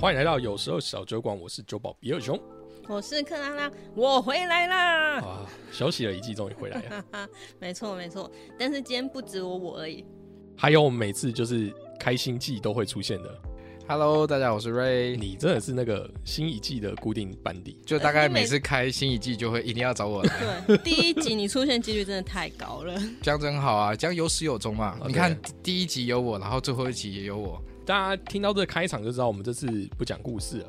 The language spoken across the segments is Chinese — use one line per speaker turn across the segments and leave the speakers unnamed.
欢迎来到有时候小酒馆，我是酒保比尔熊
我是克拉拉，我回来啦！
啊，休息了一季终于回来了。
哈哈， 没错没错，但是今天不止我我而已。
还有我们每次就是开心季都会出现的，
Hello，大家好，我是 Ray。
你真的是那个新一季的固定班底。
就大概
呃你每
每次开新一季就会一定要找 我来，
对，第一集你出现几率真的太高了。
这样真好啊，这样有始有终嘛。
哦
对
你看第一集有我，然后最后一集也有我，
大家听到这个开场就知道我们这次不讲故事了，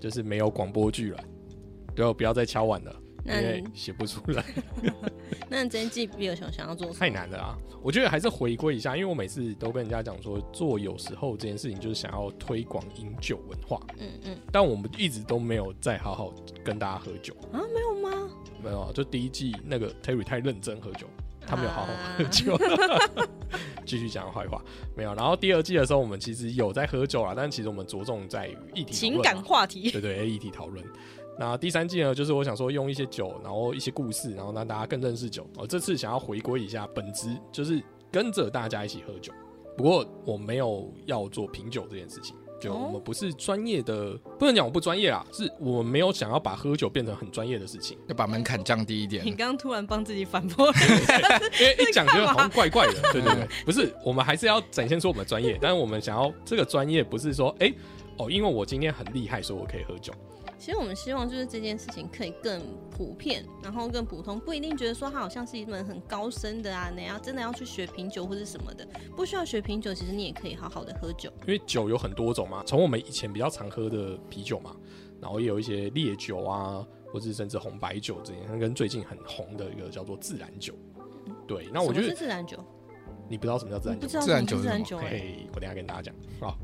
就是没有广播剧了，就不要再敲碗了，因
那
为
你
写不出来，
那你这一季比尔熊想要做什么？
太难了啊！我觉得还是回归一下，因为我每次都跟人家讲说，做有时候这件事情就是想要推广饮酒文化，
嗯嗯
但我们一直都没有再好好跟大家喝酒，
啊，没有吗？
没有啊，就第一季那个 Terry 太认真喝酒，
啊
他没有好好喝酒， 继续讲坏话，没有。然后第二季的时候，我们其实有在喝酒啦，但其实我们着重在于议题讨
情
论
感
嘛
话题。
对对，议题讨论。那第三季呢，就是我想说用一些酒，然后一些故事，然后让大家更认识酒。哦，这次想要回归一下本质，就是跟着大家一起喝酒。不过我没有要做品酒这件事情，就
哦
我们不是专业的，不能讲我不专业啦，是我没有想要把喝酒变成很专业的事情，
要把门槛降低一点
你。刚刚突然帮自己反驳了，
因 为一讲觉得好像怪怪的。对
嗯
对对，不是，我们还是要展现出我们的专业，但是我们想要这个专业不是说，哎、哦，因为我今天很厉害，所以我可以喝酒。
其实我们希望就是这件事情可以更普遍，然后更普通，不一定觉得说它好像是一门很高深的啊，你要真的要去学品酒或者什么的，不需要学品酒，其实你也可以好好的喝酒。
因为酒有很多种嘛，从我们以前比较常喝的啤酒嘛，然后也有一些烈酒啊，或是甚至红白酒这些，跟最近很红的一个叫做自然酒。对，那我觉
什么
得
是自然酒，
你不知道什么叫自
我
然
不
酒
知，道
自
什
然
么是
酒
自
是
然
什
酒、欸。
嘿，我等一下跟大家讲啊。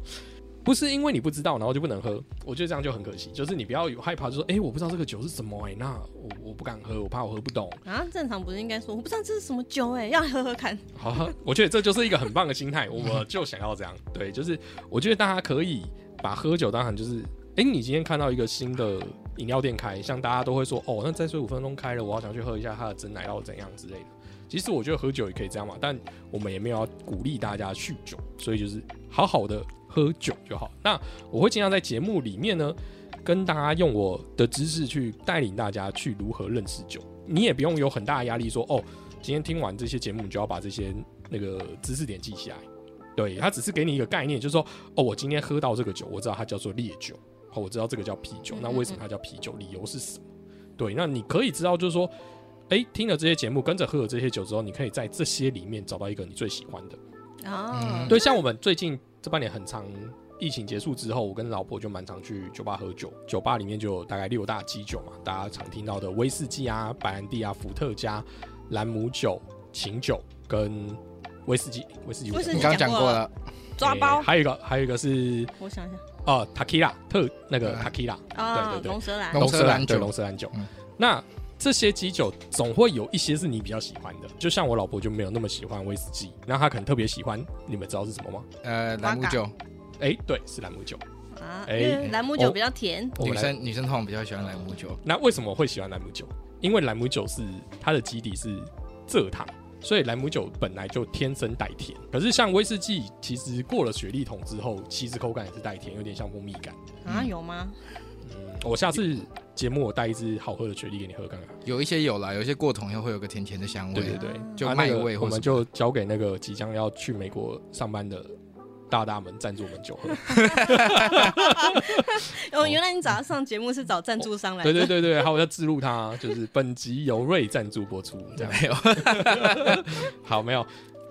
不是因为你不知道，然后就不能喝，我觉得这样就很可惜。就是你不要有害怕，就说，哎、我不知道这个酒是什么、哎，那我我不敢喝，我怕我喝不懂。
啊，正常不是应该说我不知道这是什么酒哎、要来喝喝看。
好，我觉得这就是一个很棒的心态，我就想要这样。对，就是我觉得大家可以把喝酒当成就是，哎、你今天看到一个新的饮料店开，像大家都会说，哦，那再睡五分钟开了，我好想去喝一下它的真奶酪怎样之类的。其实我觉得喝酒也可以这样嘛，但我们也没有要鼓励大家酗酒，所以就是好好的喝酒就好。那我会尽量在节目里面呢，跟大家用我的知识去带领大家去如何认识酒。你也不用有很大的压力说，哦，今天听完这些节目，你就要把这些那个知识点记起来。对，它只是给你一个概念，就是说，哦，我今天喝到这个酒，我知道它叫做烈酒，哦，我知道这个叫啤酒，那为什么它叫啤酒？理由是什么？对，那你可以知道，就是说，诶，听了这些节目，跟着喝了这些酒之后，你可以在这些里面找到一个你最喜欢的。
哦，
嗯
对，像我们最近这半年很长，疫情结束之后，我跟老婆就蛮常去酒吧喝酒。酒吧里面就有大概六大基酒嘛，大家常听到的威士忌啊、白兰地啊、伏特加、兰姆酒、琴酒跟威士忌。威士忌我
威士
讲
忌
过，
你刚刚讲过了，
抓包
诶。还有一个，还有一个是
我想一
呃 t a k i l a 特那个
对
t a k i l a
下啊，
对对对
龙舌兰
龙舌兰
对
酒
龙舌兰酒
嗯。
那这些基酒总会有一些是你比较喜欢的，就像我老婆就没有那么喜欢威士忌，那她可能特别喜欢，你们知道是什么吗？
呃，兰姆酒，
哦诶，对，是兰姆酒。
啊，因
哎
为兰姆
哦
酒比较甜，
我
女
们来
生女生通常比较喜欢兰姆酒。
那为什么会喜欢莱姆酒？因为莱姆酒是它的基底是蔗糖，所以莱姆酒本来就天生带甜。可是像威士忌，其实过了雪莉桶之后，其实口感也是带甜，有点像蜂蜜感。
啊，有吗？
嗯，我下次节目我带一支好喝的雪莉给你喝看看。
有一些有啦，有一些过桶又会有个甜甜的香
对对
味。
对，
就
啊那个
麦味或
我们
什
就
么
交给那个即将要去美国上班的大大们赞助我们酒喝。
哦，原来你早上上节目是找赞助商来
哦对
的，
对对对，还有要植入它， 就是本集由瑞赞助播出，这样
没有，
好，没有。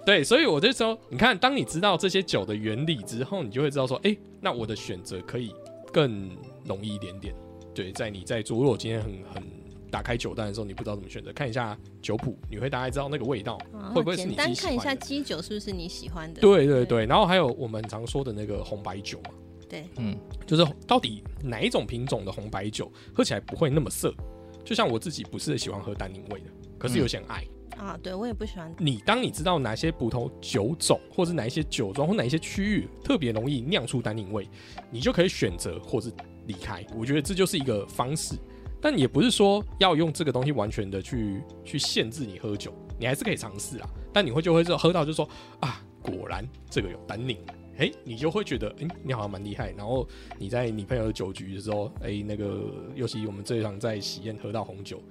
对，所以我这时候，你看，当你知道这些酒的原理之后，你就会知道说，哎、那我的选择可以更容易一点点。对，在你在做，如果今天很很打开酒单的时候，你不知道怎么选择，看一下酒谱，你会大概知道那个味道
啊
会不会是
简
你自
单
己喜
看一下
欢的。
基酒是不是你喜欢的？
对对对，然后还有我们常说的那个红白酒嘛，
对，
嗯，
就是到底哪一种品种的红白酒喝起来不会那么涩？就像我自己不是喜欢喝单宁味的，可是有些人爱。
啊，对我也不喜欢。
你当你知道哪些葡萄酒种，或是哪一些酒庄，或哪一些区域特别容易酿出单宁味，你就可以选择或是离开。我觉得这就是一个方式，但也不是说要用这个东西完全的去去限制你喝酒，你还是可以尝试啊。但你会就会说喝到就说啊，果然这个有单宁。哎，你就会觉得，哎，你好像蛮厉害。然后你在你朋友的酒局的时候，哎，那个，尤其我们这一场在喜宴喝到红酒，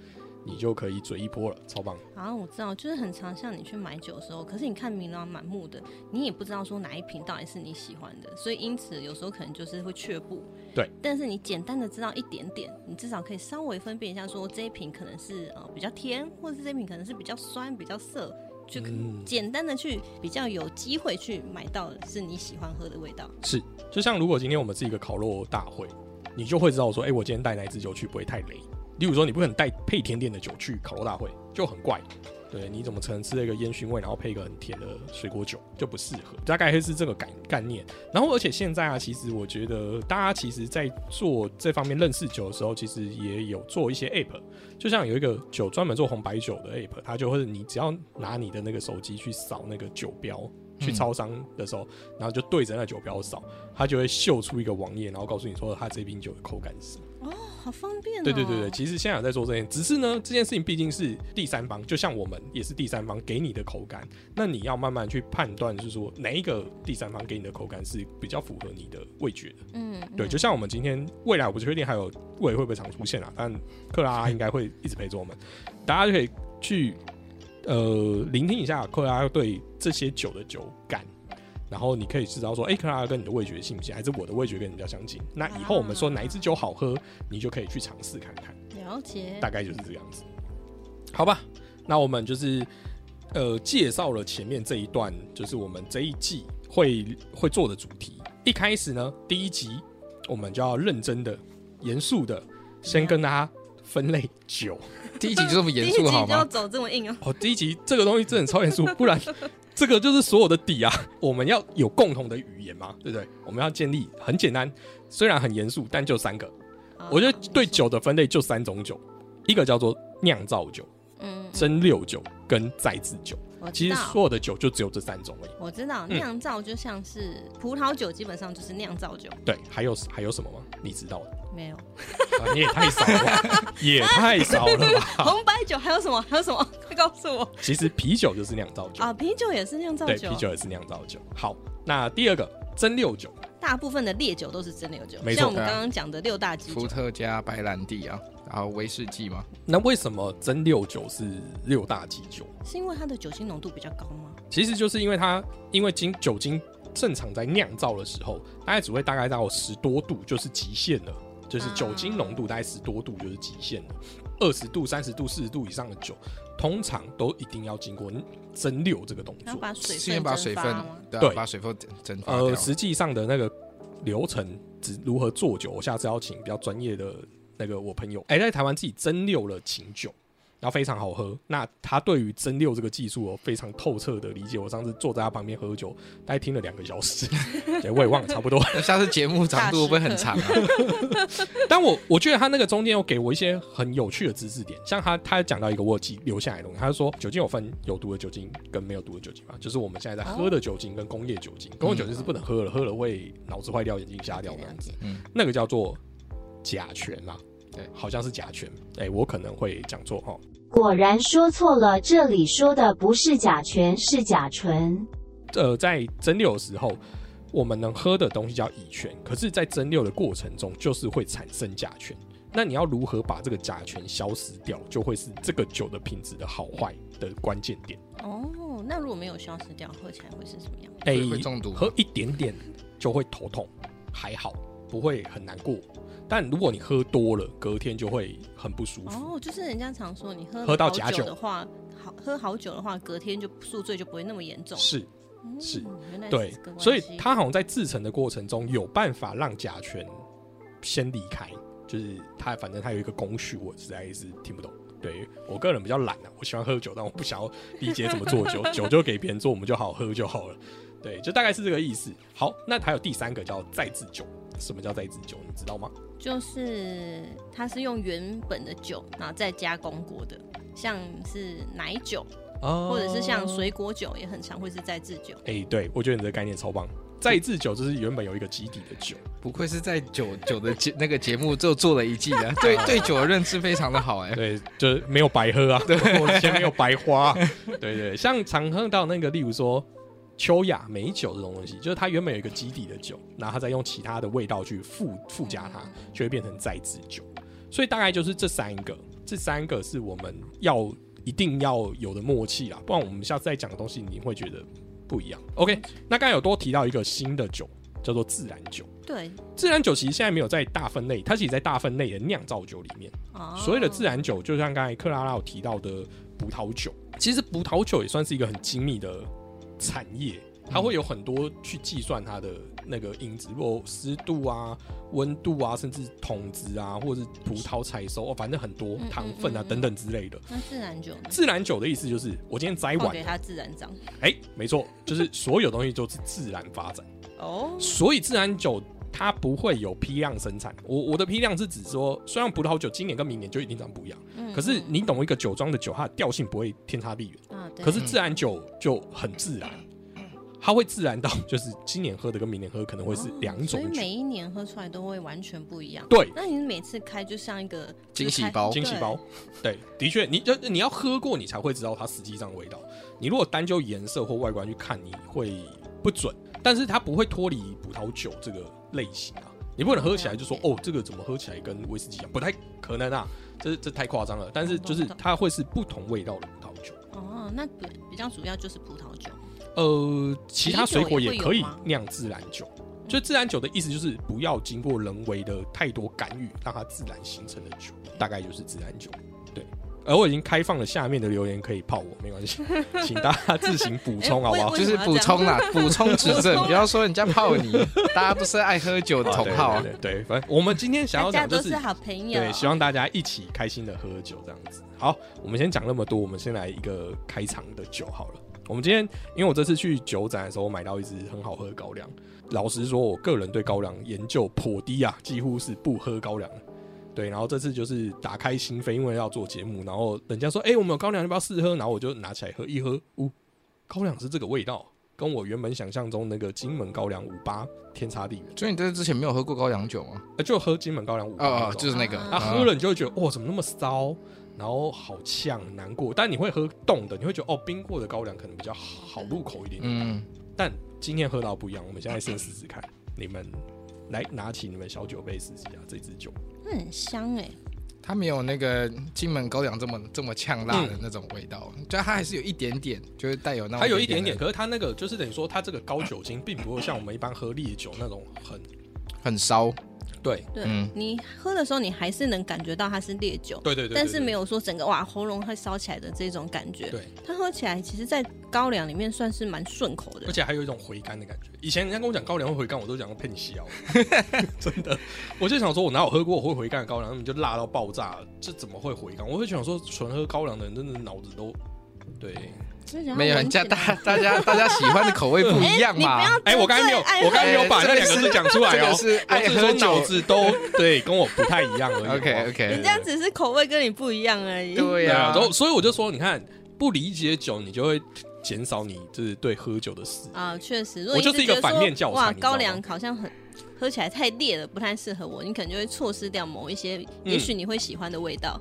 你就可以嘴一波了，超棒。
啊，我知道，就是很常像你去买酒的时候，可是你看琳琅满目的，你也不知道说哪一瓶到底是你喜欢的，所以因此有时候可能就是会却步。
对，
但是你简单的知道一点点，你至少可以稍微分辨一下，说这一瓶可能是呃比较甜，或是这一瓶可能是比较酸、比较涩，就可
嗯
简单的去比较有机会去买到是你喜欢喝的味道。
是，就像如果今天我们是一个烤肉大会，你就会知道说，哎、我今天带哪一支酒去不会太雷。例如说，你不可能带配甜点的酒去烤肉大会，就很怪。对，你怎么可能吃了一个烟熏味，然后配一个很甜的水果酒，就不适合。大概会是这个概概念。然后，而且现在啊，其实我觉得大家其实在做这方面认识酒的时候，其实也有做一些 app，就像有一个酒专门做红白酒的 app，它就会你只要拿你的那个手机去扫那个酒标，去
嗯
超商的时候，然后就对着那酒标扫，它就会秀出一个网页，然后告诉你说它这瓶酒的口感是什么。
哦好方便、哦。
对对对对，其实现在有在做这件，只是呢，这件事情毕竟是第三方，就像我们也是第三方给你的口感，那你要慢慢去判断，是说哪一个第三方给你的口感是比较符合你的味觉的。
嗯，嗯，
对，就像我们今天未来我不确定还有胃会不会常出现啊，但克拉拉应该会一直陪着我们，大家就可以去呃聆听一下克拉拉对这些酒的酒感。然后你可以知道说，哎，克拉拉跟你的味觉信不信，还是我的味觉跟你比较相近？那以后我们说哪一支酒好喝，你就可以去尝试看看，
了解。
大概就是这个样子，好吧？那我们就是呃介绍了前面这一段，就是我们这一季会会做的主题。一开始呢，第一集我们就要认真的、严肃的，先跟大家分类酒。
第一集就这 么
第
严
一集
肃好
就要
吗？
走这么硬哦。
哦，第一集这个东西真的很超严肃，不然这个就是所有的底啊。我们要有共同的语言嘛，对不对？我们要建立很简单，虽然很严肃，但就三个。我觉得对
酒，
酒的分类就三种酒，一个叫做酿造酒、
嗯，
蒸馏酒跟再制酒。
我知
其实
道
所有的酒就只有这三种而已。
我知道
嗯
酿造就像是葡萄酒，基本上就是酿造酒，
对，还有还有什么吗？你知道的？
没有
啊、你也太少了吧， 也太少了 吧？
红白酒，还有什么？还 有什么？快告诉 我
其实啤酒就是酿造酒，
啊！啤酒也是酿造
对，
酒
啤，酒也是酿造酒。好，那第二个蒸馏酒，
大部分的烈酒都是蒸馏酒
没，错
像我们
对啊
刚刚讲的六大基
伏
酒，
特加、白兰地啊，然后威士忌嘛，
那为什么蒸馏酒是六大基酒？
是因为它的酒精浓度比较高吗？
其实就是因为它因为经酒精正常在酿造的时候，大概只会大概到十多度就是极限了，就是酒精浓度大概十多度就是极限了。二十度、三十度、四十度以上的酒，通常都一定要经过蒸馏这个动作
然后。把水
先
分
把
蒸
水
发
分
吗？
对
对
啊，把水分蒸发
呃，
掉。
实际上的那个流程只如何做酒，我下次要请比较专业的那个我朋友，哎、在台湾自己蒸馏了琴酒，然后非常好喝。那他对于蒸馏这个技术有非常透彻的理解。我上次坐在他旁边喝酒，大概听了两个小时， 对，我也忘了差不多。
那下次节目长度会不会很长啊？
但我我觉得他那个中间有给我一些很有趣的知识点，像他他讲到一个我有记留下来的东西，他说酒精有分有毒的酒精跟没有毒的酒精嘛，就是我们现在在喝的酒
哦
精跟工业酒精，工业酒精是不能喝了，喝了会脑子坏掉、眼睛瞎掉
了
这样子
解。
嗯，
那个叫做甲醛啦，
对
好像是甲醛，哎、我可能会讲错哈。
果然说错了，这里说的不是甲醛，是甲醇。
呃，在蒸馏的时候，我们能喝的东西叫乙醛，可是，在蒸馏的过程中，就是会产生甲醛。那你要如何把这个甲醛消失掉，就会是这个酒的品质的好坏的关键点。
哦，那如果没有消失掉，喝起来会是什么样？
哎、
会中毒吗
喝一点点就会头痛，还好不会很难过。但如果你喝多了，隔天就会很不舒服。
哦，就是人家常说，你喝
喝到
好
假酒
的话，好喝好酒的话，隔天就宿醉就不会那么严重。
是，
嗯
是，
原来
对
是这个，关
所以
系
它好像在制成的过程中有办法让甲醛先离开，就是它反正它有一个工序，我实在是听不懂。对我个人比较懒啊，我喜欢喝酒，但我不想要理解怎么做酒，酒就给别人做，我们就好喝就好了。对，就大概是这个意思。好，那还有第三个叫再制酒，什么叫再制酒？你知道吗？
就是它是用原本的酒，然后再加工过的，像是奶酒，
啊
或者是像水果酒，也很常会是再制酒。
哎、对我觉得你的概念超棒。再制酒就是原本有一个基底的酒，
不愧是在酒酒的节那个节目就做了一季的，对对酒的认知非常的好 哎、
对，就是没有白喝啊，对，我钱没有白花、啊，对对，像常喝到那个，例如说秋雅美酒这种东西，就是它原本有一个基底的酒，然后它再用其他的味道去附附加它，就会变成再制酒。所以大概就是这三个，这三个是我们要一定要有的默契啦，不然我们下次再讲的东西你会觉得不一样。OK，那刚才有多提到一个新的酒，叫做自然酒。
对，
自然酒其实现在没有在大分类，它其实在大分类的酿造酒里面。
哦，
所谓的自然酒，就像刚才克拉拉有提到的葡萄酒，其实葡萄酒也算是一个很精密的产业，它会有很多去计算它的那个因子，如果湿度啊、温度啊，甚至桶子啊，或者是葡萄采收哦，反正很多
嗯嗯
糖分啊
嗯嗯嗯
等等之类的。
那自然酒呢
自然酒的意思就是，我今天摘
放
完
给，它自然长。
哎、没错，就是所有东西都是自然发展。
哦，
所以自然酒它不会有批量生产。我我的批量是指说，虽然葡萄酒今年跟明年就一定长不一样，
嗯
可是你懂一个酒庄的酒，它的调性不会天差地远。
啊，对嗯
可是自然酒就很自然，它会自然到就是今年喝的跟明年喝可能会是两
哦所以
种酒
每。一年喝出来都会完全不一样。
对
那你每次开就像一个
惊喜包
惊喜包，对，的确，你就你要喝过，你才会知道它实际上的味道。你如果单就颜色或外观去看，你会不准，但是它不会脱离葡萄酒这个类型啊。你不能喝起来就说
了
哦，这个怎么喝起来跟威士忌一样？不太可能啊，这这太夸张了。但是就是
懂懂
它会是不同味道的葡萄酒，
对哦，那比比较主要就是葡萄酒。
呃，其他水果也可
啤酒也会
以
有吗
酿自然酒。就自然酒的意思就是不要经过人为的太多干预，让它自然形成的酒，
嗯
大概就是自然酒。对，而我已经开放了下面的留言可以泡我，没关系，请大家自行补充好不好
哎？为
就是补充啦，补充指正，不要说人家泡你，大家都是爱喝酒的同好啊
对。对对，反正我们今天想要
大家
讲就
都
是
是好朋友，
对，希望大家一起开心的喝酒这样子。好，我们先讲那么多，我们先来一个开场的酒好了。我们今天，因为我这次去酒展的时候买到一支很好喝的高粱，老实说，我个人对高粱研究颇低啊，几乎是不喝高粱的。对，然后这次就是打开心扉，因为要做节目，然后人家说，哎、我们有高粱，要不要试喝？然后我就拿起来喝，一喝，呜，高粱是这个味道，跟我原本想象中那个金门高粱五八天差地远。
所以你在这之前没有喝过高粱酒吗？
呃就喝金门高粱五八那
哦，哦
种
就是那个，
啊，
啊，
喝了你就会觉得哇，怎么那么骚，然后好呛，很难过。但你会喝冻的，你会觉得哦，冰过的高粱可能比较好入口一点。
嗯，
但今天喝到不一样，我们现在先试试看。你们来拿起你们小酒杯试试下这支酒，
那很香哎，
它没有那个金门高粱这么这么呛辣的那种味道，就它还是有一点点，就是带有那种
它有一点点，
的
可是它那个就是等于说它这个高酒精，并不会像我们一般喝烈酒那种很
很烧，
对
对
嗯
你喝的时候，你还是能感觉到它是烈酒，
对对对，
但是没
有
有说整个哇喉咙会烧起来的这种感觉。
对，
它喝起来其实，在高粱里面算是蛮顺口的
而。且还有一种回甘的感觉。以前人家跟我讲高粱会回甘，我都讲骗你笑，真的。我就想说，我哪有喝过我会回甘的高粱？那你就辣到爆炸，这怎么会回甘？我会想说，纯喝高粱的人真的脑子都对。
没有人家
啊
大大家大家喜欢的口味不一样嘛。
哎、我刚才没有， 我刚才没有把那两个字讲出来
哎这
哦
个。是
我
爱
只是
喝
说脑
酒
子都对，跟我不太一样而已。哦
，OK
人
OK，
家只是口味跟你不一样而已。
对
对
呀
啊，，都所以我就说，你看不理解酒，你就会减少你就是对喝酒的事。
啊，确实，如果
我
你
就是一
直
个
觉
反
说
面教材
哇，
你知道吗
高粱好像很喝起来太烈了，不太适合我，你可能就会错失掉某一些，
嗯
也许你会喜欢的味道。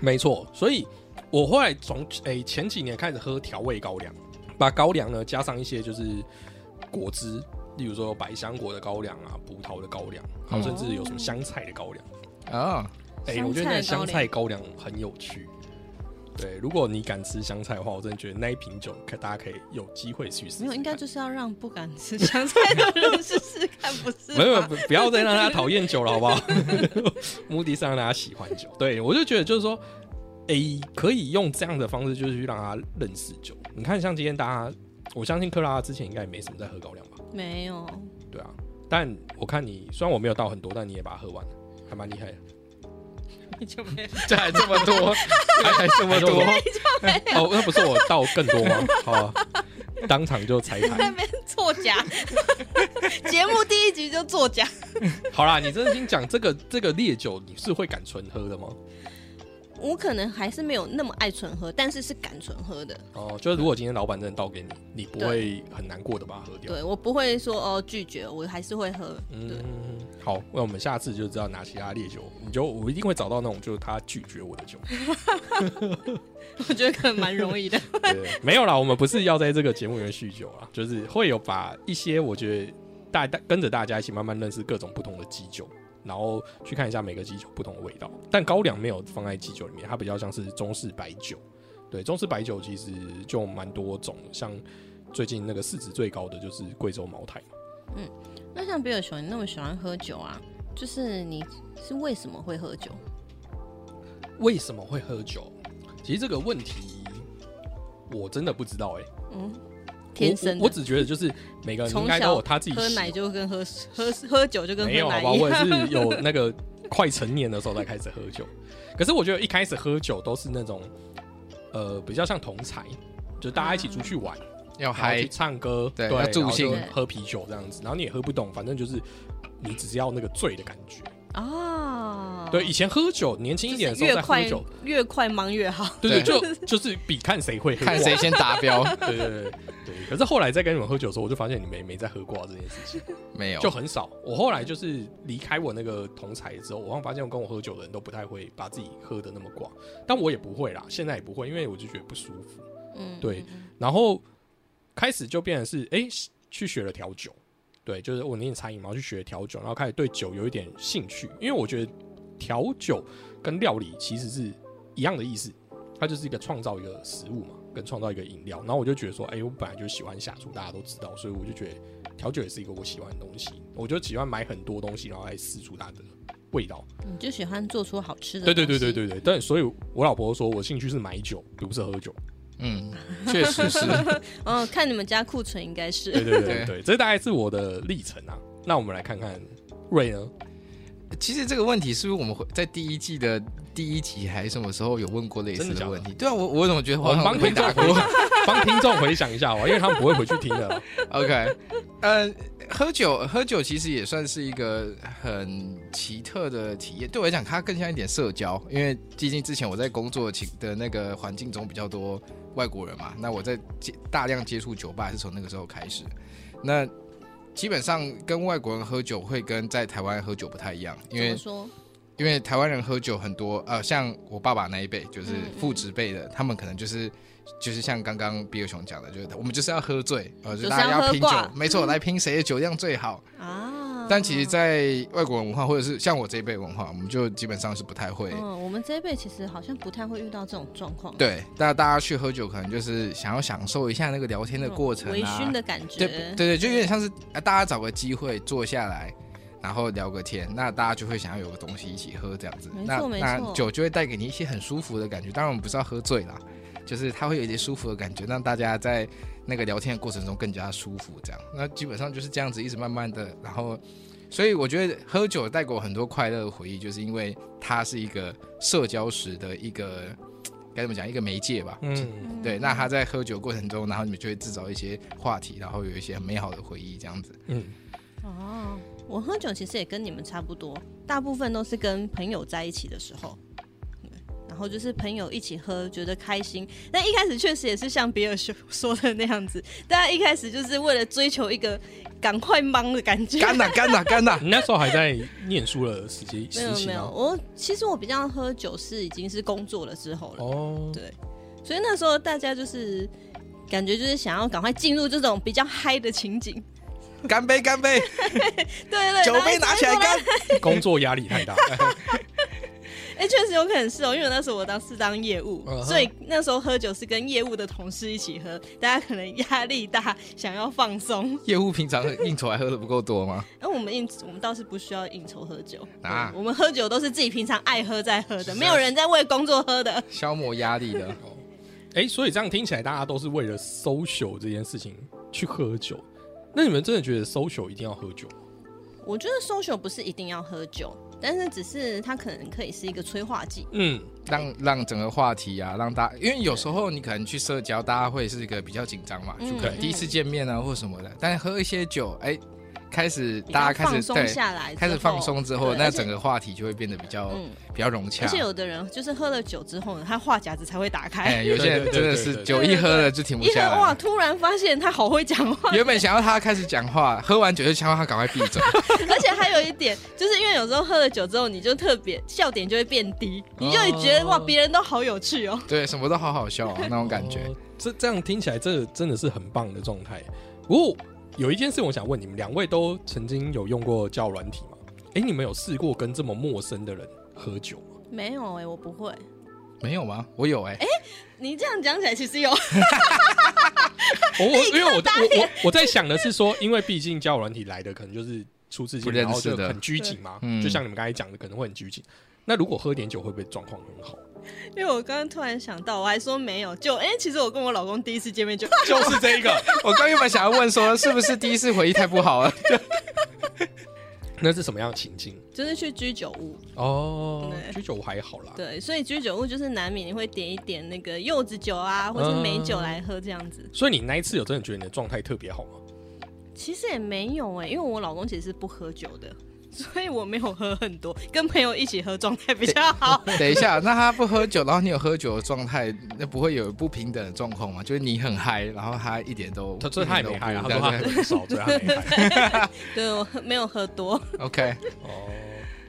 没错，所以我后来从诶、前几年开始喝调味高粱，把高粱呢加上一些就是果汁，例如说百香果的高粱啊、葡萄的高粱，还有甚至有什么香菜的高粱。
啊，
哎、
香菜
我觉得那个香
高粱
菜高粱很有趣。对，如果你敢吃香菜的话，我真的觉得那一瓶酒可大家可以有机会去试试看。
没有，应该就是要让不敢吃 香菜的人试试看，不是吗？
没有，不不要再让他讨厌酒了，好不好？ 目的是让大家喜欢酒。对我就觉得就是说，诶、可以用这样的方式，就是去让他认识酒。你看，像今天大家，我相信克拉拉之前应该也没什么在喝高粱吧？
没有，
对啊，但我看你虽然我没有倒很多，但你也把它喝完了。 还蛮厉害的。
你就没有
这还这么 多，还还这么多，
哦，那不是我倒更多吗？好啊，当场就拆
在那
台。
边作假，节目第一集就作假。
好啦，你真心讲这个这个烈酒，你是会敢纯喝的吗？
我可能还是没有那么爱纯喝，但是是敢纯喝的。
哦，就是如果今天老板真的倒给你，你不会很难过的把它喝掉。
对我不会说哦拒绝，我还是会喝。对，
嗯，好，那我们下次就知道拿其他烈酒，你就我一定会找到那种就是他拒绝我的 酒。
我觉得可能蛮容易的。
对，没有啦，我们不是要在这个节目里面酗酒啊，就是会有把一些我觉得大大跟着大家一起慢慢认识各种不同的基酒，然后去看一下每个基酒不同的味道。但高粱没有放在基酒里面，它比较像是中式白酒。对，中式白酒其实就蛮多种的，像最近那个市值最高的就是贵州茅台嘛。
那像比尔熊，你那么喜欢喝酒啊？就是你是为什么会喝酒？
为什么会喝酒？其实这个问题我真的不知道哎、
嗯，天生
我我
的
我只觉得就是每个人应
从
该都
小
有他自己
喝
喜
奶就跟喝喝喝酒就跟
没有
喝
好
奶
吧，
一
我也
样。
是有那个快成年的时候才开始喝酒，可是我觉得一开始喝酒都是那种，呃，比较像同才，就大家一起出去玩，然后去
要哦嗨，
唱歌，
对
然
要
后
助兴
就喝啤酒这样子，然后你也喝不懂，反正就是你只是要那个醉的感觉。
哦，
对，以前喝酒，年轻一点的时候
就是
在
越
喝
快
酒，
越快忙越好。
对对，
对
就就是比看谁会喝
看谁
挂
先 达标。
对对对对对。可是后来在跟你们喝酒的时候，我就发现你们也没在喝挂这件事情。
没有，
就很少。我后来就是离开我那个同才之后，我好像发现我跟我喝酒的人都不太会把自己喝的那么挂，但我也不会啦，现在也不会，因为我就觉得不舒服。
嗯，
对，然后开始就变成是，哎、去学了调酒，对，就是我念餐饮嘛，然后去学调酒，然后开始对酒有一点兴趣，因为我觉得调酒跟料理其实是一样的意思，它就是一个创造一个食物嘛，跟创造一个饮料。然后我就觉得说，哎、我本来就喜欢下厨，大家都知道，所以我就觉得调酒也是一个我喜欢的东西，我就喜欢买很多东西，然后来试出它的味道。
你就喜欢做出好吃的。
对对对对。对对，但所以我老婆说我兴趣是买酒，不是喝酒。
嗯，确 实是。
哦，看你们家库存应该
对
是。
对 对
对
对，这大概是我的历程啊。那我们来看看瑞呢？
其实这个问题是不是我们会在第一季的第一集还是什么时候有问过类似
真的假的
问题？对啊，我我怎么觉得
我们帮
回
听众
答过
回？想， 帮听众回想一下哦吧，因为他们不会回去听的啦。
OK，呃，喝酒喝酒其实也算是一个很奇特的体验。对我来讲，它更像一点社交，因为毕竟之前我在工作情的那个环境中比较多外国人嘛，那我在接大量接触酒吧是从那个时候开始。那基本上跟外国人喝酒会跟在台湾喝酒不太一样，因
怎
为
么说？
因为台湾人喝酒很多，呃，像我爸爸那一辈就是
嗯嗯
父职辈的，他们可能就是就是像刚刚比尔熊讲的，就是我们就是要喝醉，呃，
就
就
是
大家
要喝
拼酒
挂，嗯
没错，来拼谁的酒量最好。
啊，
但其实，在外国文化或者是像我这一辈文化，我们就基本上是不太会。
嗯，我们这一辈其实好像不太会遇到这种状况，啊
对，那大家去喝酒可能就是想要享受一下那个聊天
那
的
种
过程、啊，
嗯微醺的感觉，
对对对，就有点像是呃大家找个机会坐下来，然后聊个天，那大家就会想要有个东西一起喝这样子。
没
那
错没
那
错
酒就会带给你一些很舒服的感觉。当然我们不是要喝醉啦，就是它会有一些舒服的感觉，让大家在那个聊天的过程中更加舒服。这样，那基本上就是这样子，一直慢慢的，然后。所以我觉得喝酒带给我很多快乐的回忆，就是因为它是一个社交时的一个该怎么讲一个媒介吧，
嗯，
对，那他在喝酒过程中，然后你们就会制造一些话题，然后有一些很美好的回忆，这 样子。
嗯，
哦，我喝酒其实也跟你们差不多，大部分都是跟朋友在一起的时候。对然后就是朋友一起喝，觉得开心。但一开始确实也是像比尔说 说的那样子，大家一开始就是为了追求一个赶快忙的感觉。
干呐干呐干呐！
你那时候还在念书的时期
没
时
有
期
没有，
哦
吗？
我其实我比较喝酒是已经是工作了之后了，
哦，
对所以那时候大家就是感觉就是想要赶快进入这种比较嗨的情景。
干杯干杯，
对对对，
酒
然后一直
杯拿起来
说
干！
工作压力太大。
哎、确实有可能是哦，因为那时候我当是当业务
嗯哼
所以那时候喝酒是跟业务的同事一起喝，大家可能压力大，想要放松。
业务平常应酬还喝的不够多吗？
那我们应我们倒是不需要应酬喝酒
啊
嗯我们喝酒都是自己平常爱喝再喝
是
的，
啊
没有人在为工作喝的。
消磨压力的，哦
哎、所以这样听起来，大家都是为了 social 这件事情去喝酒。那你们真的觉得 social 一定要喝酒吗？
我觉得 social 不是一定要喝酒，但是只是它可能可以是一个催化剂。
嗯，
让让整个话题啊，让大因为有时候你可能去社交，大家会是一个比较紧张嘛，
嗯
就可能第一次见面啊或什么的，但是喝一些酒，哎，开始
比较
大家开
放
始
松
对
下来，
开始放松之后，
对
那
而且
整个话题就会变得比较
嗯，
比较融洽
而且。有的人就是喝了酒之后呢，他话匣子才会打
哎，
开，
有些人
对对
真的
对
是
对对
酒一喝了就停不
一喝
下
哇，
来。
突然发现他好会讲 话。
原本想要他开始讲话，喝完酒就想要他赶快闭 嘴。
而且还有一点，就是因为有时候喝了酒之后，你就特别笑点就会变低，你就会觉得、
哦
哇，别人都好有趣哦。
对，什么都好好笑啊，那种感觉。
哦这这样听起来，这真的是很棒的状态。不过有一件事我想问你们，两位都曾经有用过交友软体吗？哎，你们有试过跟这么陌生的人喝酒 吗？
没有哎、我不会。
没有吗？我有哎、
你这样讲起来，其实有，
我哦我因为我在我我我在想的是说，因为毕竟交友软体来的可能就是初次见
不
面，
认
然后
识
就
的
很拘谨嘛，
嗯
就像你们刚才讲的，可能会很拘谨。那如果喝点酒，会不会状况很 好？
因为我刚刚突然想到，我还说没有，就哎、其实我跟我老公第一次见面就
就是这一个，
我刚原本想要问说，是不是第一次回忆太不好 了？
那是什么样的情境？
就是去居酒屋，
哦，
对
居酒还好啦。
对，所以居酒屋就是难免你会点一点那个柚子酒啊，或
嗯
是美酒来喝这样子。
所以你那一次有真的觉得你的状态特别好吗？
其实也没有哎、因为我老公其实是不喝酒的。 所以我没有喝很多，跟朋友一起喝状态比较好。
等一下，那他不喝酒，然后你有喝酒的状态，那不会有不平等的状况吗？就是你很嗨，然后他一点都，
他所以他也没嗨啊，他
一点
说他
都不对
很少，所以他没 嗨。
对我喝没有喝 多，
对 OK，
哦，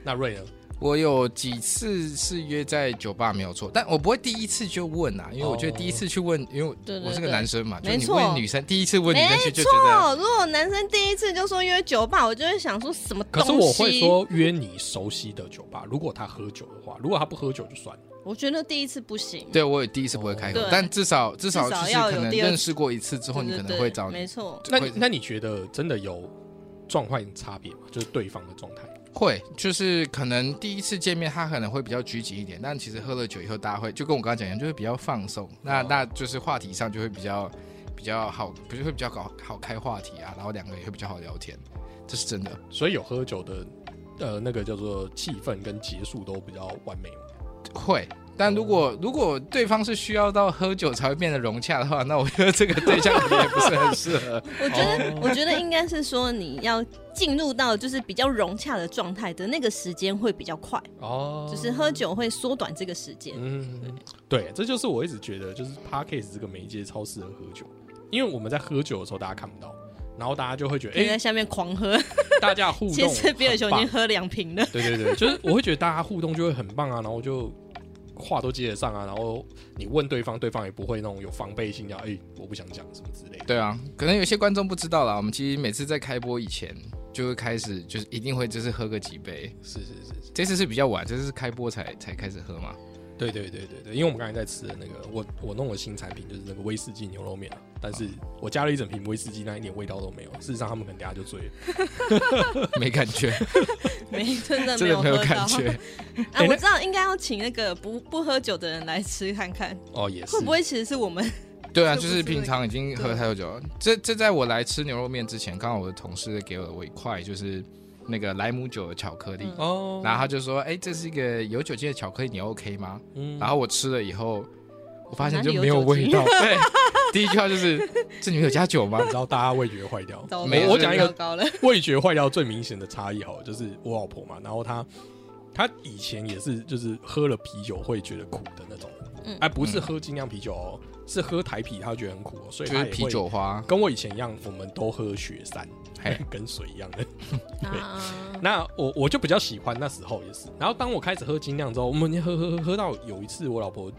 那瑞呢？
我有几次是约在酒吧没有错，但我不会第一次就问啊，因为我觉得第一次去问，因为我
对对
我是个
对
男生嘛，就
没
你
错
问女生第一次问女生去就觉得，
错，哦如果男生第一次就说约酒吧，我就会想说什么东
可
西。
是我会，说约你熟悉的酒吧，如果他喝酒的话，如果他不喝酒就算了。
我觉得第一次不行。
对我有第一次不会开口
对，
但至少至少
至少
就是
要
可
有
能
第二次
认识过一次之
对
后，你
对
可能
对
会找
没
你哦
错，
那
会
你那你觉得真的有状况差别吗？就是对方的状态？
会，就是可能第一次见面，他可能会比较拘谨一点，但其实喝了酒以后，大家会就跟我刚刚讲一样，就会比较放松。那
哦
那就是话题上就会比较比较好，不是会比较搞好开话题啊，然后两个也会比较好聊天，这是真的。
所以有喝酒的，呃，那个叫做气氛跟结束都比较完美吗。
会，但如果
哦
如果对方是需要到喝酒才会变得融洽的话，那我觉得这个对象可能也不是很适合。
我觉得、我觉得应该是说你要进入到就是比较融洽的状态的那个时间会比较快，
哦
就是喝酒会缩短这个时间。
嗯，对，这就是我一直觉得，就是 podcast 这个媒介超适合喝酒，因为我们在喝酒的时候大家看不到，然后大家就会觉得，
你
哎、
在下面狂喝，
大家互动
其实比尔
很
熊已
棒
经喝两瓶了。
对对对，就是我会觉得大家互动就会很棒啊，然后就话都接得上啊，然后你问对方，对方也不会那种有防备心啊，哎、我不想讲什么之类的。
对啊，可能有些观众不知道啦，我们其实每次在开播以前就会开始，就是一定会就是喝个几杯。
是是是是，
这次是比较晚，这次是开播才才开始喝嘛。
对对对对对，因为我们刚才在吃的那个，我我弄了新产品，就是那个威士忌牛肉面啊，但是我加了一整瓶威士忌，那一点味道都没有。事实上，他们可能等下就醉了。
没感 觉，
没，真的
真
没
的
有
没
喝
有
到。
感觉。
啊，我知道应该要请那个不不喝酒的人来吃看看，
哦，也是，
会不会其实是我们
对啊，
这
就
不是
是平常已经喝太多酒了。这这在我来吃牛肉面之前，刚好我的同事给我我一块就是那个莱姆酒的巧克力，
嗯
哦，
然后他就说：“哎，这是一个有酒精的巧克力，你 OK 吗？”
嗯
然后我吃了以后，我发现
哪里
就
有
没有
酒
味
精
道。对， 第一句话就是：“ 这里面有加酒吗
你知道大家味觉坏掉，
糟糕
没有
我我讲一个
糟糕了，
味觉坏掉最明显的差异，好了，就是我老婆嘛，然后她她以前也是就是喝了啤酒会觉得苦的那种，
嗯
哎、不是喝精酿啤酒哦，是喝台啤，她觉得很苦、哦，所？”以
就
她
是
也
啤
会
酒花，
跟我以前一样，我们都喝雪山
嘿，
跟水一 样的。
啊
那我我就比较喜欢那时候也是。然后当我开始喝精酿之后，我们喝喝喝喝到有一次，我老婆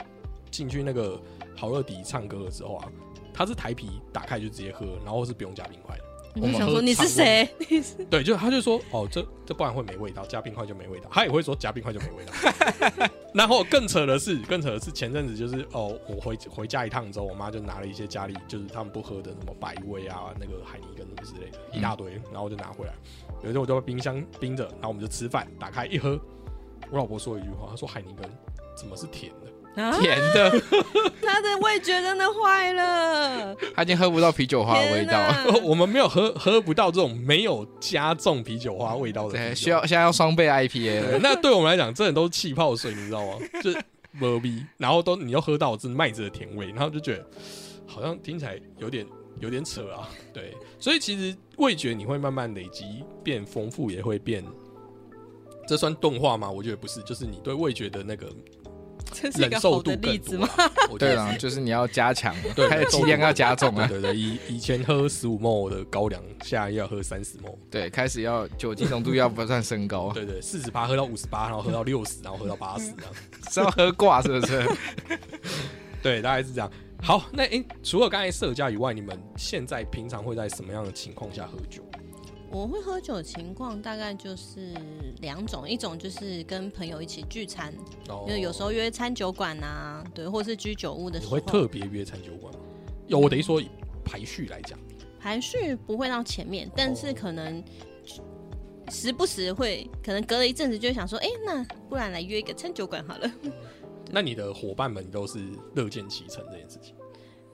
进去那个好乐迪唱歌的时候啊，她是台啤打开就直接喝，然后是不用加冰块的。
你
我
就
们
想
喝
说你是
常温
谁？
对，就他就说哦，这这不然会没味道，加冰块就没味道。他也会说加冰块就没味道。 然后更扯的是，更扯的是前阵子就是哦，我回回家一趟之后，我妈就拿了一些家里就是他们不喝的什么百威啊、那个海尼根什么之类的，一大
嗯
堆，然后我就拿回来。有一天我就把冰箱冰 着，然后我们就吃饭，打开一喝，我老婆说一句话，她说海尼根怎么是甜的？
啊，
甜的，
他的味觉真的坏了，
他已经喝不到啤酒花的味
天
道。
哪！
我们没有喝喝不到这种没有加重啤酒花味道的啤酒
对，需要现在要双倍 IPA
对
了。
那对我们来讲，真的都是气泡水，你知道吗？就是磨逼，然后都你又喝到是麦子的甜味，然后就觉得好像听起来有点有点扯啊。对，所以其实味觉你会慢慢累积变丰富，也会变。这算钝化吗？我觉得不是，就是你对味觉的那个
这是一
忍
个
受
好
度
的
更
例
多
子吗？
啊。我觉
对
得
啦，就是你要加强，
对，
它的
受
剂
度
量要
更
加
多
重啊。
对对，以以前喝十五 ml 的高粱，现在要喝三十 ml。
对，开始要酒精浓度要不断升高，
对对，四十八喝到五十八，然后喝到六十，然后喝到八十这样。
是要喝挂是 不是？
对，大概是这样。好，那诶、除了刚才社交以外，你们现在平常会在什么样的情况下喝酒？
我会喝酒的情况大概就是两种，一种就是跟朋友一起聚餐，
哦
因为有时候约餐酒馆啊，对，或是居酒屋的
你
时
会
候，啊
特别约餐酒馆吗？
嗯
有，我等于说以排序来讲，
排序不会到前面，但
哦
是可能时不时会，可能隔了一阵子就会想说，哎、那不然来约一个餐酒馆好了。
那你的伙伴们都是乐见其成这件事情，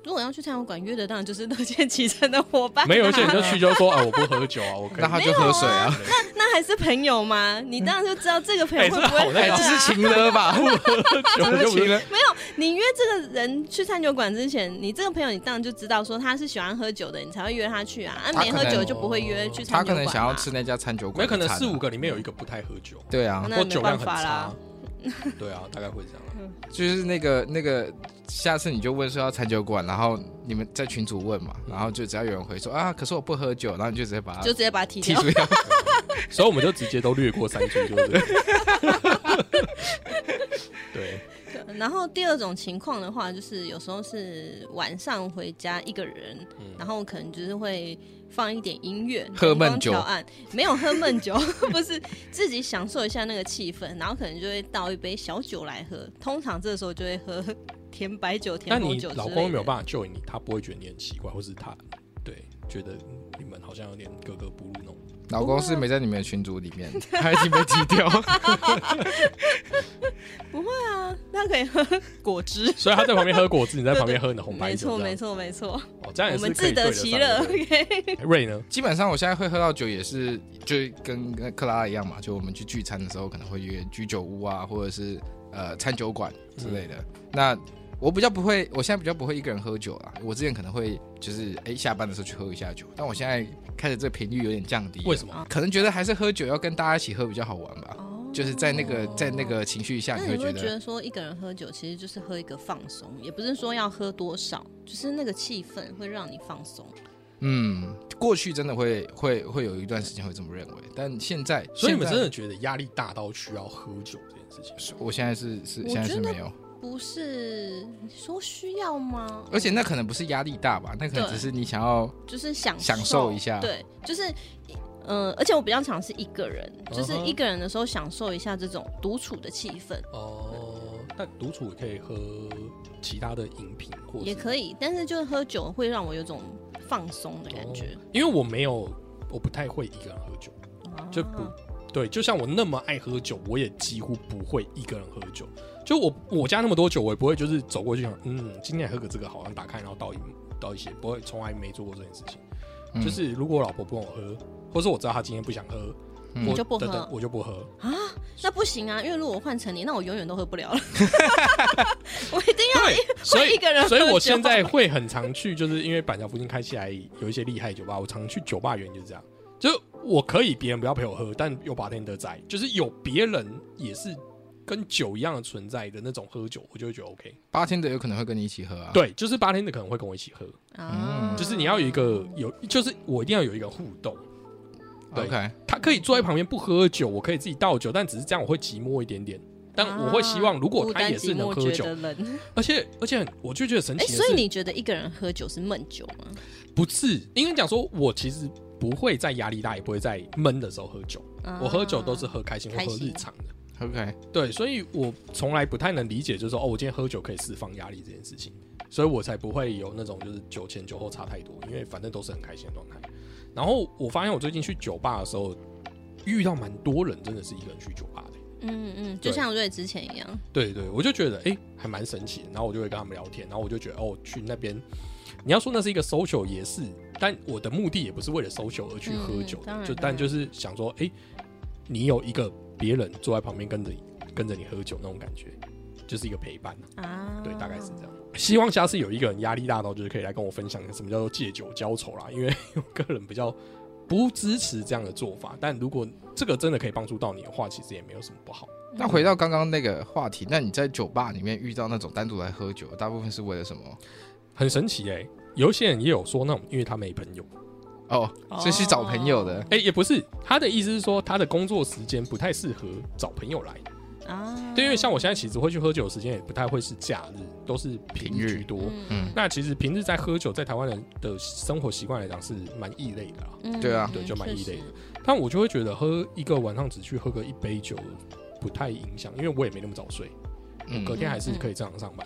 如果要去餐酒馆约的，当然就是乐见其成的伙伴、
没有一些人就去就说啊，我不喝酒啊，我可以
那。他就喝水啊。
那还是朋友吗？你当然就知道这个朋友
哎
会不
这好
会喝、啊啊
那
哎，
个
这是情 勒吧？这是情勒。
你约这个人去餐酒馆之前，你这个朋友你当然就知道说他是喜欢喝酒的，你才会约他去啊。啊，
他可
没
能
喝酒就不会约去
他
餐酒
可
馆、
能
啊。
想要吃，那家餐酒
没
馆
有可
的
能
餐啊，
四五个里面有一个不太喝酒，
对啊，
嗯那
或
没
酒量很
办法
差
啦，嗯
对啊，大概会这样啊。
就是那个那个，下次你就问说要餐酒馆，然后你们在群主问嘛，然后就只要有人回说啊，可是我不喝酒，然后你就直接把它
就直接把他踢
踢
掉。
出掉。
所以我们就直接都略过三句，就是 这个。对，
然后第二种情况的话，就是有时候是晚上回家一个人，然后可能就是会放一点音乐，
嗯喝
灯光
闷酒
调暗，没有喝闷酒， 不是自己享受一下那个气氛，然后可能就会倒一杯小酒来喝。通常这时候就会喝 甜白酒、
那
甜红
你
酒之类的。
老公没有办法救你，他不会觉得你很奇怪，或是他对觉得你们好像有点格格不入那种。
老公是没在你们的群组里 面，他已经被踢掉。
啊，那可以喝果汁。
所以他在旁边喝果汁，你在旁边喝你的红白
没
酒，
错，没
错。
错，没错，
哦，这样
我
也是
们
可
自
以对
得
得
其
上
乐。
对
OK，
不对瑞 呢？
基本上我现在会喝到酒，也是就跟跟克拉一样嘛，就我们去聚餐的时候可能会约居酒屋啊，或者是呃餐酒馆之类的。
嗯
那我比较不会，我现在比较不会一个人喝酒啦。啊我之前可能会就是哎、下班的时候去喝一下酒，但我现在开始这频率有点降低了，
为什
啊
么？
可能觉得还是喝酒要跟大家一起喝比较好玩吧。
哦
就是在那个在那个情绪下，
那
你
你
会
会
觉
觉
得
得说一个人喝酒其实就是喝一个放松，也不是说要喝多少，就是那个气氛会让你放松。
嗯，过去真的会会会有一段时间会这么认为，但现在
所以你们
现
真
在
的觉得压力大到需要喝酒这件事情？
我现在是是
我
现在是
觉得
没有。
不是你说需要吗？
而且那可能不是压力大吧，那可能只是你想要
就是享
享受一下
对，就是。嗯、而且我比较常是一个人，就是
嗯哼
一个人的时候享受一下这种独处的气氛
哦，那独处也可以喝其他的饮品，或
也可
以
以，但是就是喝酒会让我有种放松的感觉。
因为我没有，我不太会一个人喝酒。
哦
就不
啊
对，就像我那么爱喝酒，我也几乎不会一个人喝酒。就我我家那么多酒，我也不会就是走过去想，嗯，今天来喝个这个好，像打开然后倒一倒一些，不会，从来没做过这件事情。
嗯
就是如果我老婆不跟我喝，或是我知道她今天不想喝，
嗯
我
你就不喝
等等我就不喝。
那不行啊，因为如果我换成你，那我永远都喝不了 了。我一定要
对，所以
一个人喝
所以我
酒
现在会很常去，就是因为板桥附近开起来有一些厉害酒吧，我常去酒吧原因就是这样，就是我可以别人不要陪我喝，但有把天的在，就是有别人也是跟酒一样的存在的那种喝酒，我就会觉得 OK。
八天的有可能会跟你一起喝啊。，
对，就是八天的可能会跟我一起喝，
嗯
啊，
就是你要有一个有，就是我一定要有一个互动。对
OK，
他可以坐在旁边不喝酒，我可以自己倒酒，但只是这样我会寂寞一点点。但我会希望，如果他也是能喝酒，
啊孤 单寂寞觉得冷
而且而且很我就觉得神
哎、
奇的
所以
是，
你觉得一个人喝酒是闷酒吗？
不是应该讲说，我其实不会在压力大，也不会在闷的时候喝酒。
啊
我喝酒都是喝开心或
开
喝
心
日常的。
OK，
嗯
对，所以我从来不太能理解，就是说，哦，我今天喝酒可以释放压力这件事情，所以我才不会有那种就是酒前酒后差太多，因为反正都是很开心的状态。然后我发现我最近去酒吧的时候，遇到蛮多人真的是一个人去酒吧的，
嗯嗯，就
对
像瑞之前一样，
对对，我就觉得哎、诶还蛮神奇的。然后我就会跟他们聊天，然后我就觉得哦，去那边，你要说那是一个 social 也是，但我的目的也不是为了 social 而去喝酒
嗯当
的，
然
就
当
但
然
就是想说，哎、你有一个别人坐在旁边跟着你跟着你喝酒那种感觉，就是一个陪伴。
啊，
对，大概是这样。希望下次有一个人压力大到，就是可以来跟我分享什么叫做借酒浇愁啦，因为我个人比较不支持这样的做法。但如果这个真的可以帮助到你的话，其实也没有什么不好。
那回到刚刚那个话题，那你在酒吧里面遇到那种单独来喝酒，大部分是为了什么？
很神奇哎、有一些人也有说那种，因为他没朋友，
哦，是去找朋友的。
哎、也不是他的意思是说他的工作时间不太适合找朋友来，
啊，
对，因为像我现在其实会去喝酒的时间也不太会是假日，都是平
平日
日居多。
嗯
嗯
那其实平日在喝酒，在台湾人的生活习惯来讲是蛮异类的啦。
嗯
对啊
对就蛮
确
异类的
实
但我就会觉得喝一个晚上只去喝个一杯酒不太影响，因为我也没那么早睡，
嗯
隔天还是可以正常上班。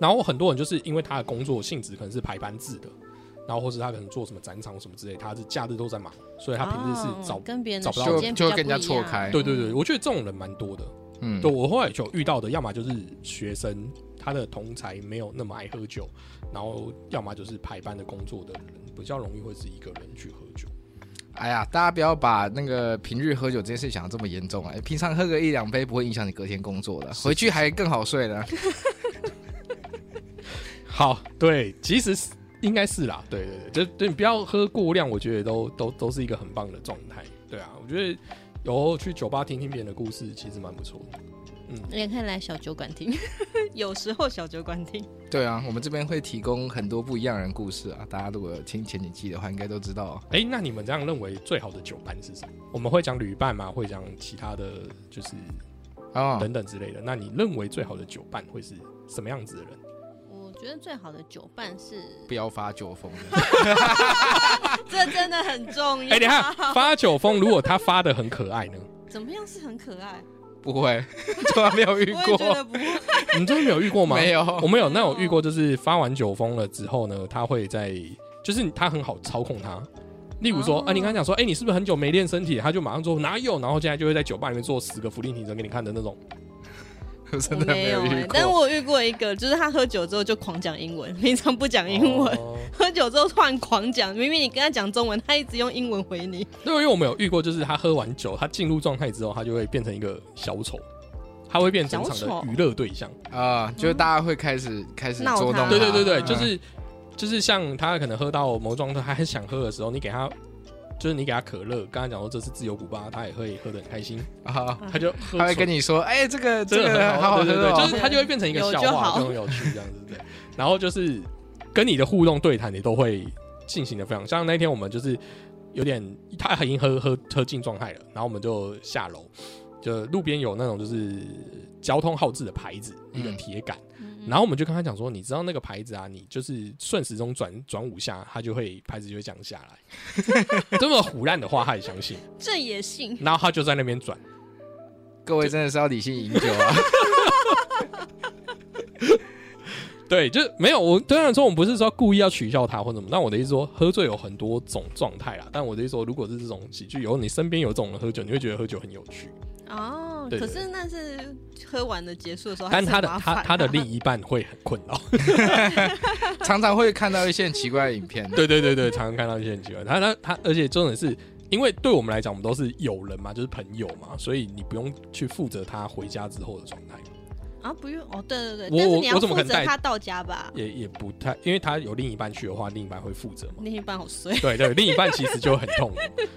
然后很多人就是因为他的工作性质可能是排班制的，然后或是他可能做什么展场什么之类，他是假日都在忙，所以他平日是早。
哦跟别人的
找不到
时
就
间比
就
较
跟人家
不一样
错开
对对对，，我觉得这种人蛮多的。
嗯
对我后来就遇到的，要么就是学生，他的同才没有那么爱喝酒，然后要么就是排班的工作的人比较容易会是一个人去喝酒。
哎呀，大家不要把那个平日喝酒这件事想的这么严重啊！平常喝个一两杯不会影响你隔天工作的，回去还更好睡呢。
好，对，其实是应该是啦，对对对，就对你不要喝过量，我觉得都都都是一个很棒的状态，对啊，我觉得有时候去酒吧听听别人的故事，其实蛮不错的。
也可以来小酒馆听， 有时候小酒馆听，
对啊，我们这边会提供很多不一样的人故事啊，大家如果有听前几季的话，应该都知道。哦
哎、那你们这样认为最好的酒伴是什么？我们会讲旅伴嘛，会讲其他的就是
哦，
等等之类的。那你认为最好的酒伴会是什么样子的人？
我觉得最好的酒伴是，
不要发酒疯的。
这真的很重
哎、等一
要。
下发酒疯，如果他发的很可爱呢？
怎么样是很可爱，
不会，从来没有遇
我也觉
过，
得不会。
你真的没有遇过吗？
没
我
有。
们有那种遇过，就是发完酒疯了之后呢，他会在，就是他很好操控他。例如说，
哦
啊，你刚才讲说，哎、你是不是很久没练身体？他就马上说哪有，然后现在就会在酒吧里面做十个伏地挺身给你看的那种。
我真
我
的没
没
有
哎、
遇
但
过。
我有遇过一个，就是他喝酒之后就狂讲英文，平常不讲英文，
哦
喝酒之后突然狂讲，明明你跟他讲中文，他一直用英文回你。
对，因为我们有遇过，就是他喝完酒，他进入状态之后，他就会变成一个小丑，他会变成整
小
场
丑
的娱乐对象。
啊、就是大家会开始开始
闹
捉弄
他
他。
对对对对，
嗯
就是就是像他可能喝到某状态，他很想喝的时候，你给他。就是你给他可乐，刚才讲说这是自由古巴，他也会喝得很开心，
啊，
嗯
他就喝
他会
纯
跟你说，哎、这个
真的
个
很
好
好，
好
对
喝
对对，
哦。
就是它就会变成一个笑
有就
话，
好
就很有趣这样子对。然后就是跟你的互动对谈，也都会进行的非常像那天我们就是有点他已经喝喝喝进状态了，然后我们就下楼，就路边有那种就是交通号志的牌子，一个
嗯
铁杆，然后我们就跟他讲说，你知道那个牌子啊，你就是顺时钟转转五下，它就会牌子就会降下来。 这么胡乱的话，他也相信，
这也信，
然后他就在那边转。
各位真的是要理性饮酒啊。
对，就是没有。我虽然说我们不是说故意要取笑他或什么，但我的意思说，喝醉有很多种状态啦。但我的意思说，如果是这种喜剧，有你身边有这种人喝酒，你会觉得喝酒很有趣。
哦，
对
可
对
是那是喝完了结束的时候，
但
还
他
是
的
很麻烦
他
啊
他的另一半会很困扰。
常常会看到一些很奇怪的影片。啊
对对对对，常常看到一些很奇怪。他他他，而且重点是因为对我们来讲，我们都是友人嘛，就是朋友嘛，所以你不用去负责他回家之后的状态，
啊不用哦，对对对，
我
但是
我
你要
我怎么
负
可能
责
带
他到家吧？
也也不太，因为他有另一半去的话，另一半会负责嘛。
另一半好衰，
对对，另一半其实就很痛苦。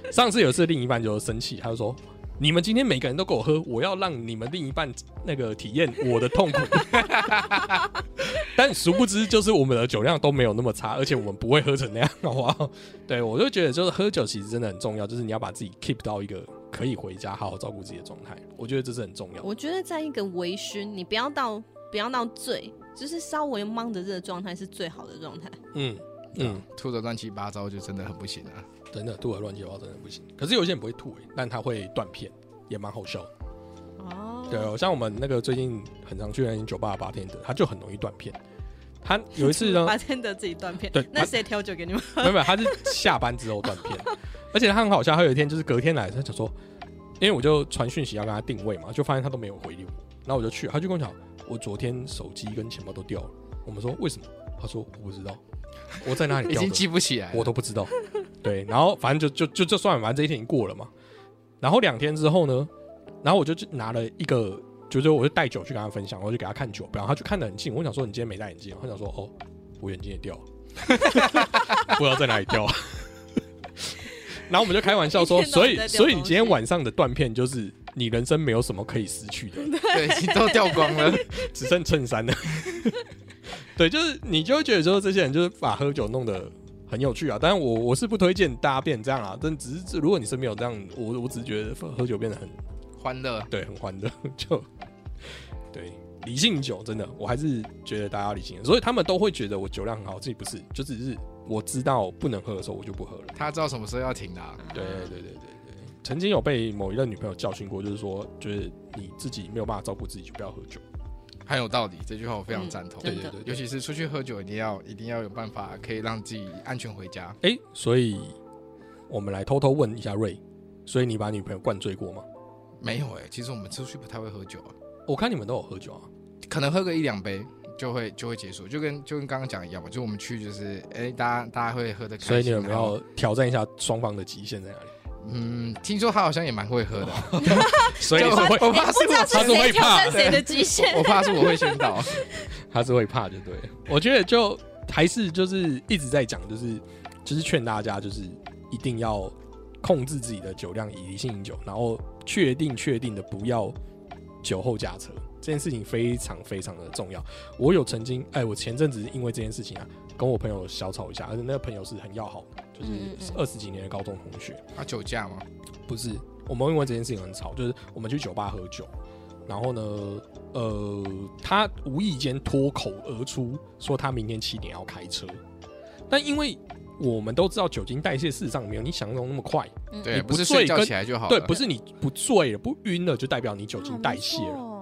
上次有一次，另一半就生气，他就说：“你们今天每个人都给我喝，我要让你们另一半那个体验我的痛苦。” 但殊不知，就是我们的酒量都没有那么差，而且我们不会喝成那样，好不好？对我就觉得，就是喝酒其实真的很重要，就是你要把自己 keep 到一个可以回家好好照顾自己的状态，我觉得这是很重要的。
我觉得在一个微醺，你不要到不要到醉，就是稍微忙着这个状态是最好的状态。
嗯嗯，
吐的乱七八糟就真的很不行啊。
真的吐的乱七八糟真的不行。可是有些人不会吐、欸，但他会断片，也蛮好笑的。
哦，
对哦，像我们那个最近很常去那间酒吧的八天的，他就很容易断片。他有一次 呢，
把真的自己断片，
啊对啊
那谁调酒给你们？
没有没有，他是下班之后断片，而且他很好笑。他有一天就是隔天来，他就说：“因为我就传讯息要跟他定位嘛，就发现他都没有回应我，然后我就去，他就跟我讲，我昨天手机跟钱包都掉了。我们说为什么？他说我不知道，我在哪里
已
掉
经
的，
记不起来了。
我都不知道。 对，然后反正就就就就算了，反正这一天已经过了嘛。然后两天之后呢，然后我就去拿了一个，就是我就带酒去跟他分享，我就给他看酒标，他就看得很近。我想说你今天没戴眼镜哦，他想说哦，我眼镜也掉了，不知道在哪里掉。 然后我们就开玩笑说，
一天到
所
晚
以
在掉
所以你
东
今天
西
晚上的断片就是你人生没有什么可以失去的，
对，已经都掉光了。
只剩衬 衫了。对，就是你就会觉得说这些人就是把喝酒弄得很有趣啊。当然我我是不推荐大家变这样啊，但只是如果你身边有这样，我我只是觉得喝喝酒变得很
欢乐，
对很欢乐， 就对理性饮酒真的，我还是觉得大家要理性，所以他们都会觉得我酒量很好，自己不是，就只是我知道不能喝的时候我就不喝了。
他知道什么时候要停啊啦、
对对对对对对，曾经有被某一任女朋友教训过，就是说，就是你自己没有办法照顾自己，就不要喝酒。
很有道理，这句话我非常赞同。
嗯真的
对对对对
尤其是出去喝酒，一定要一定要有办法可以让自己安全回家。
哎、所以我们来偷偷问一下瑞，所以你把女朋友灌醉过吗？
没有哎、其实我们出去不太会喝酒啊，
我看你们都有喝酒啊，
可能喝个一两杯就会就会结束，就跟就跟刚刚讲一样嘛，就我们去就是哎、大家大家会喝的开心，啊
所以你们
然后
要挑战一下双方的极限在哪里？
嗯，听说他好像也蛮会喝的，
所以
就我
是会，
我怕
哎不知道
他是
是
会
谁挑
怕
战谁的极 限。
我怕是我会先倒。
他是会怕，就对了。 我觉得就还是就是一直在讲，就是就是劝大家，就是一定要控制自己的酒量，以理性饮酒，然后确定确定的不要酒后驾车，这件事情非常非常的重要。我有曾经，哎，我前阵子因为这件事情啊，跟我朋友小吵一架，而且那个朋友是很要好的，就是
嗯嗯嗯
二十几年的高中同学。
他啊酒驾吗？
不是，我们因为这件事情很吵，就是我们去酒吧喝酒，然后呢，呃，他无意间脱口而出说他明天七点要开车，但因为我们都知道酒精代谢事实上没有你想象中那么快，
嗯
对，
你
不
不
是
醉
睡觉
跟
起来就好了。
对，不是你不醉了、不晕了，就代表你酒精代谢
啊
了。
哦
了。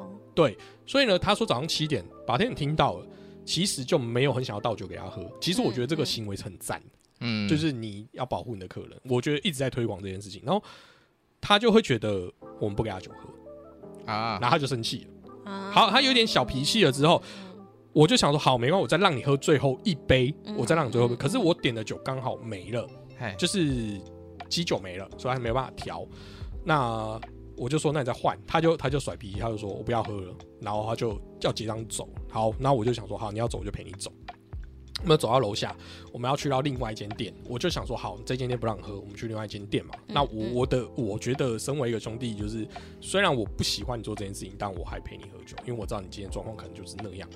所以呢，他说早上七点，把天听到了，其实就没有很想要倒酒给他喝。其实我觉得这个
嗯嗯
行为是很赞的。
嗯，
就是你要保护你的客人。我觉得一直在推广这件事情，然后他就会觉得我们不给他酒喝，
啊
然，后他就生气了。
啊
好，他有点小脾气了之后，我就想说好，没关系，我再让你喝最后一杯，
嗯
我再让你最后一杯。
嗯嗯
可是我点的酒刚好没了，
嘿，
就是基酒没了，所以他没有办法调。那我就说，那你再换。他就他就甩脾气，他就说我不要喝了，然后他就要结账走。好，那我就想说，好，你要走我就陪你走。我们走到楼下，我们要去到另外一间店，我就想说，好，这间店不让喝，我们去另外一间店嘛。
嗯
那我
嗯
我的我觉得，身为一个兄弟，就是虽然我不喜欢你做这件事情，但我还陪你喝酒，因为我知道你今天状况可能就是那样。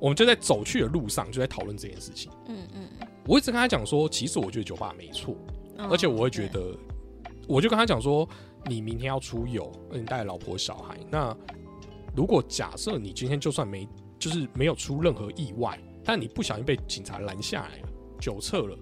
我们就在走去的路上就在讨论这件事情。
嗯嗯，
我一直跟他讲说，其实我觉得酒吧没错，
嗯
而且我会觉，得，我就跟他讲说，你明天要出游，而且你带老婆小孩，那如果假设你今天就算没，就是没有出任何意外，但你不小心被警察拦下来了，酒测了，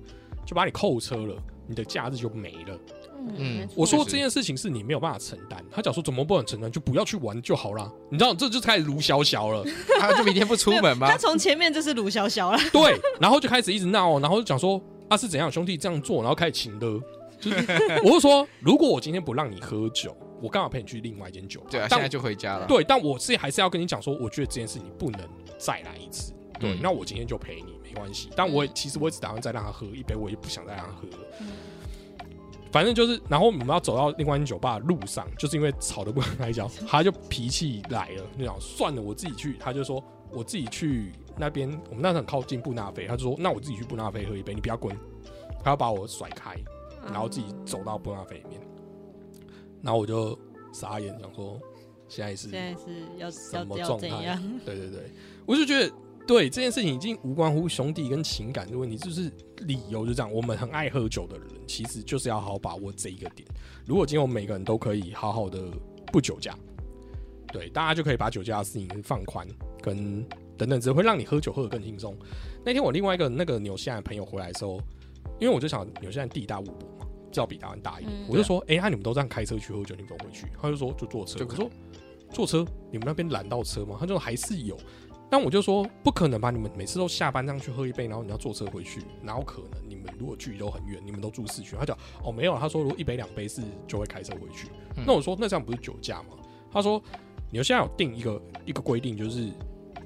就把你扣车了。你的假日就没了。
对嗯
嗯
没错
我说
确实
这件事情是你没有办法承担。他讲说怎么不能承担，就不要去玩就好啦。你知道这就开始卢小小了，
他啊就明天不出门吗
他？从前面就是鲁小小了，
对，然后就开始一直闹，然后就讲说啊是怎样兄弟这样做，然后开始请的，就是我是说，如果我今天不让你喝酒，我干嘛陪你去另外一间酒吧？
对啊，现
但
在就回家了。
对，但我是还是要跟你讲说，我觉得这件事你不能再来一次。对，
嗯
那我今天就陪你，没关系。但我也其实我也只打算再让他喝一杯，我也不想再让他喝了。反正就是，然后我们要走到另外一间酒吧的路上，就是因为吵得不可开交，他就脾气来了，就讲算了，我自己去。他就说我自己去那边，我们那时候很靠近布纳菲，他就说那我自己去布纳菲喝一杯，你不要滚。他要把我甩开， 然后自己走到布纳菲里面，然后我就傻眼，想说现在是
现在是要
什么
要要
状
怎
态嗯
样？？
对对对，我就觉得对这件事情已经无关乎兄弟跟情感的问题，就是理由就这样。我们很爱喝酒的人，其实就是要好好把握这一个点。如果今天我们每个人都可以好好的不酒驾，对，大家就可以把酒驾的事情放宽跟等等，只会让你喝酒喝得更轻松。那天我另外一个那个纽西兰的朋友回来的时候，因为我就想纽西兰地大物博嘛，至少比台湾大一点，
嗯
我就说，哎、那、你们都这样开车去喝酒，你们怎么回去？他就说就坐车，
就
我说坐车，你们那边拦到车吗？他就说还是有，但我就说不可能吧，你们每次都下班这样去喝一杯，然后你要坐车回去，哪有可能？你们如果距离都很远，你们都住市区，他讲哦没有，他说如果一杯两杯是就会开车回去。
嗯
那我说那这样不是酒驾吗？他说你们现在有定一个一个规定，就是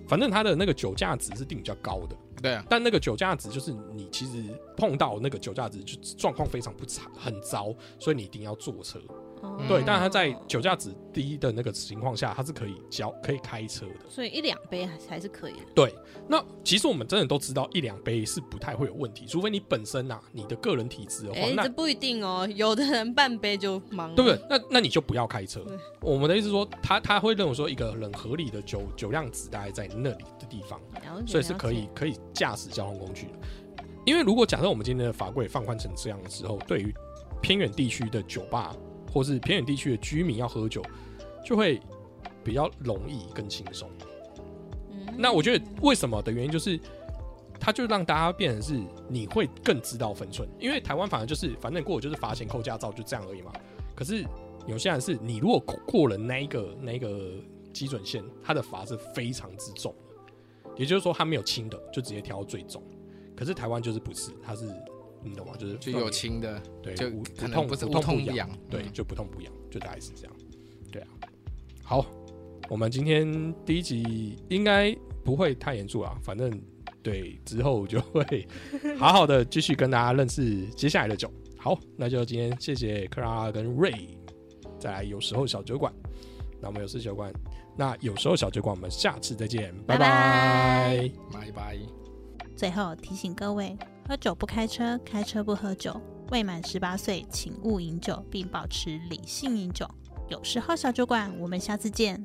反正他的那个酒驾值是定比较高的，
对啊，
但那个酒驾值就是你其实碰到那个酒驾值就状况非常不差，很糟，所以你一定要坐车。
哦
对，但他在酒驾值低的那个情况下，他是可以交可以开车的。
所以一两杯还是还是可以的。
对，那其实我们真的都知道一两杯是不太会有问题，除非你本身呐、你的个人体质的话，
哎、
那
这不一定哦，有的人半杯就忙了，
对不对？那那你就不要开车
对。
我们的意思说，他他会认为说一个人合理的酒酒量值大概在那里的地方，
了解？
所以是可以可以驾驶交通工具的。因为如果假设我们今天的法规放宽成这样的时候，对于偏远地区的酒吧或是偏远地区的居民要喝酒，就会比较容易更轻松。
嗯
那我觉得为什么的原因就是，它就让大家变成是你会更知道分寸，因为台湾反而就是反正过了就是罚钱扣驾照就这样而已嘛。可是有些人是你如果过过了那一个那一个基准线，他的罚是非常之重的，也就是说他没有轻的，就直接挑最重。可是台湾就是不是，他是你懂吗？就是
就有轻的，
对
就
无
可
不
能
痛
不是
不
痛
不痒。嗯
痒，
对，就不痛不痒，就大概是这样。对啊，好，我们今天第一集应该不会太严肃啊，反正对之后就会好好的继续跟大家认识接下来的酒。好，那就今天谢谢克拉拉跟瑞，再来有时候小酒馆，那我们有事酒馆，那有时候小酒馆，我们下次再见，拜
拜拜
拜
拜拜。
最后提醒各位，喝酒不开车，开车不喝酒。未满十八岁，请勿饮酒，并保持理性饮酒。有时候小酒馆，我们下次见。